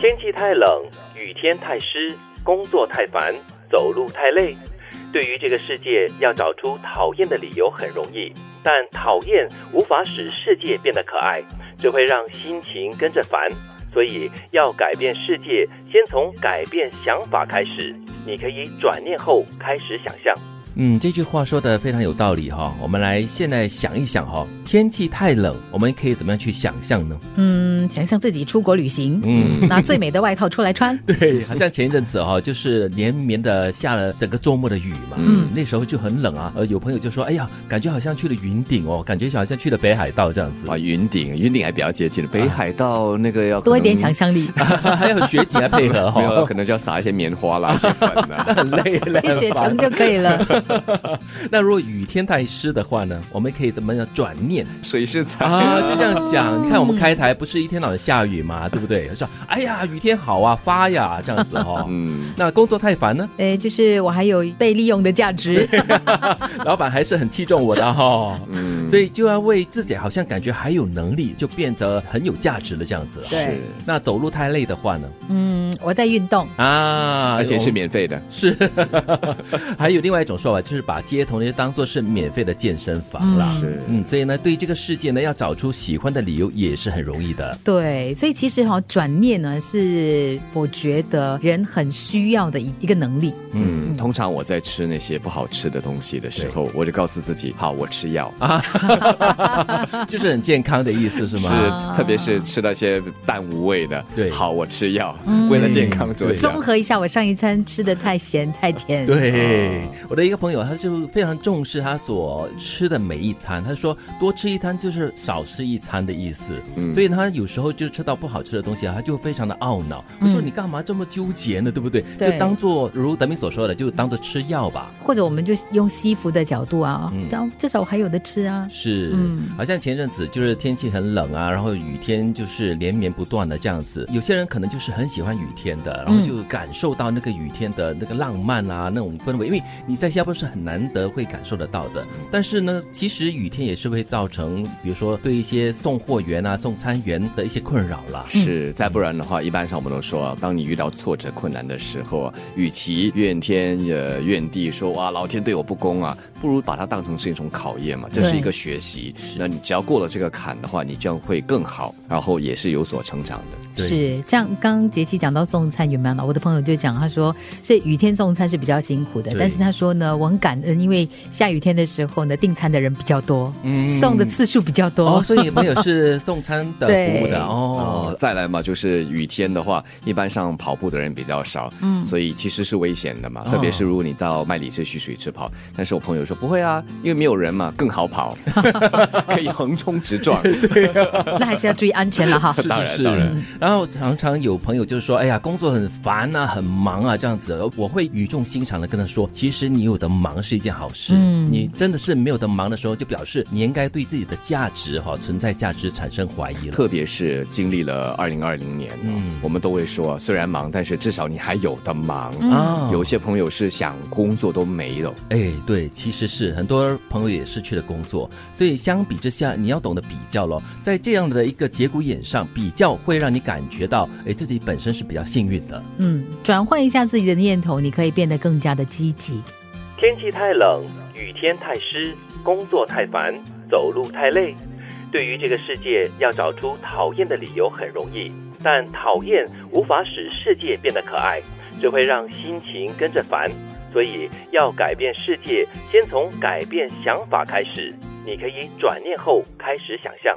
天气太冷，雨天太湿，工作太烦，走路太累。对于这个世界，要找出讨厌的理由很容易，但讨厌无法使世界变得可爱，只会让心情跟着烦。所以要改变世界，先从改变想法开始。你可以转念后开始想象。嗯，这句话说的非常有道理哈、我们来现在想一想哈、天气太冷，我们可以怎么样去想象呢？嗯，想象自己出国旅行，嗯，拿最美的外套出来穿，对，好像前一阵子哈、就是连绵的下了整个周末的雨嘛，嗯，那时候就很冷啊。呃，有朋友就说，哎呀，感觉好像去了云顶哦，感觉好像去了北海道这样子。啊，云顶，云顶还比较接近，北海道那个要可能多一点想，象力。 还有雪景来啊配合没有哈、可能就要撒一些棉花啦，一 些粉啊啦。很累了。积雪城就可以了。 那如果雨天太湿的话呢，我们可以怎么样转念？水是彩。啊，就这样想，你看我们开台不是一天到晚下雨嘛，对不对？说哎呀，雨天好啊，发呀，这样子哈、哦。嗯，那工作太烦呢，诶，哎就是我还有被利用的价值。老板还是很器重我的哈、所以就要为自己好像感觉还有能力，就变得很有价值了这样子、啊对是，那走路太累的话呢？嗯，我在运动。啊，而且我是免费的。是， 还有另外一种说法，就是把街头呢当做是免费的健身房啦。嗯是嗯，所以呢，对这个世界呢，要找出喜欢的理由也是很容易的。 对，所以其实哈、转念呢是我觉得人很需要的一一个能力。嗯，通常我在吃那些不好吃的东西的时候，我就告诉自己，好，我吃药。就是很健康的意思是是吗？，啊特别是吃那些淡无味的，对好，我吃药，嗯为了健康着想综。合一下，我上一餐吃的太咸太甜。对，我的一个朋友，他就非常重视他所吃的每一餐。他说，多吃一餐就是少吃一餐的意思。所以他有时候就吃到不好吃的东西啊，他就非常的懊恼。我说你干嘛这么纠结呢？对不对？对就当做如德明所说的，就当做吃药吧。或者我们就用西服的角度啊，但至少我还有的吃啊。是，好像前阵子就是天气很冷啊，然后雨天就是连绵不断的这样子。有些人可能就是很喜欢雨天的，然嗯后就感受到那个雨天的那个浪漫啊，那种氛围，因为你在新加坡是很难得会感受得到的。但是呢，其实雨天也是会造成，比如说对一些送货员啊、送餐员的一些困扰啦。是，再不然的话，一般上我们都说，当你遇到挫折、困难的时候，与其怨天呃怨地说哇老天对我不公啊，不如把它当成是一种考验嘛，这是对一个学习。那你只要过了这个坎的话，你这样会更好，然后也是有所成长的。对是，像刚刚杰奇讲到送餐有没有呢？我的朋友就讲，他说是雨天送餐是比较辛苦的，对但是他说呢，我很感恩，因为下雨天的时候呢，订餐的人比较多，送的次数比较嗯多。哦，所以你朋友是送餐的服务 对的哦哦，。再来嘛，就是雨天的话，一般上跑步的人比较少，嗯，所以其实是危险的嘛，特别是如果你到麦理士蓄水池跑。但是我朋友说不会啊，因为没有人嘛，更好跑， 可以横冲直撞。那还是要注意安全 了哈。是当然是当然然后常常有朋友就说：“哎呀，工作很烦啊，很忙啊，这样子。”我会语重心长的跟他说：“其实你有的忙是一件好事，你真的是没有的忙的时候，就表示你应该对自己的价值哈、存在价值产生怀疑了。特别是经历了二零二零年，啊嗯我们都会说，虽然忙，但是至少你还有的忙。嗯啊有些朋友是想工作都没了，哎，对，其实是很多朋友也失去了工作，所以相比之下，你要懂得比较咯。在这样的一个节骨眼上，比较会让你感觉到，哎，自己本身是比较幸运的。嗯，转换一下自己的念头，你可以变得更加的积极。天气太冷，雨天太湿，工作太烦，走路太累。对于这个世界，要找出讨厌的理由很容易，但讨厌无法使世界变得可爱，只会让心情跟着烦。所以，要改变世界，先从改变想法开始。你可以转念后开始想象。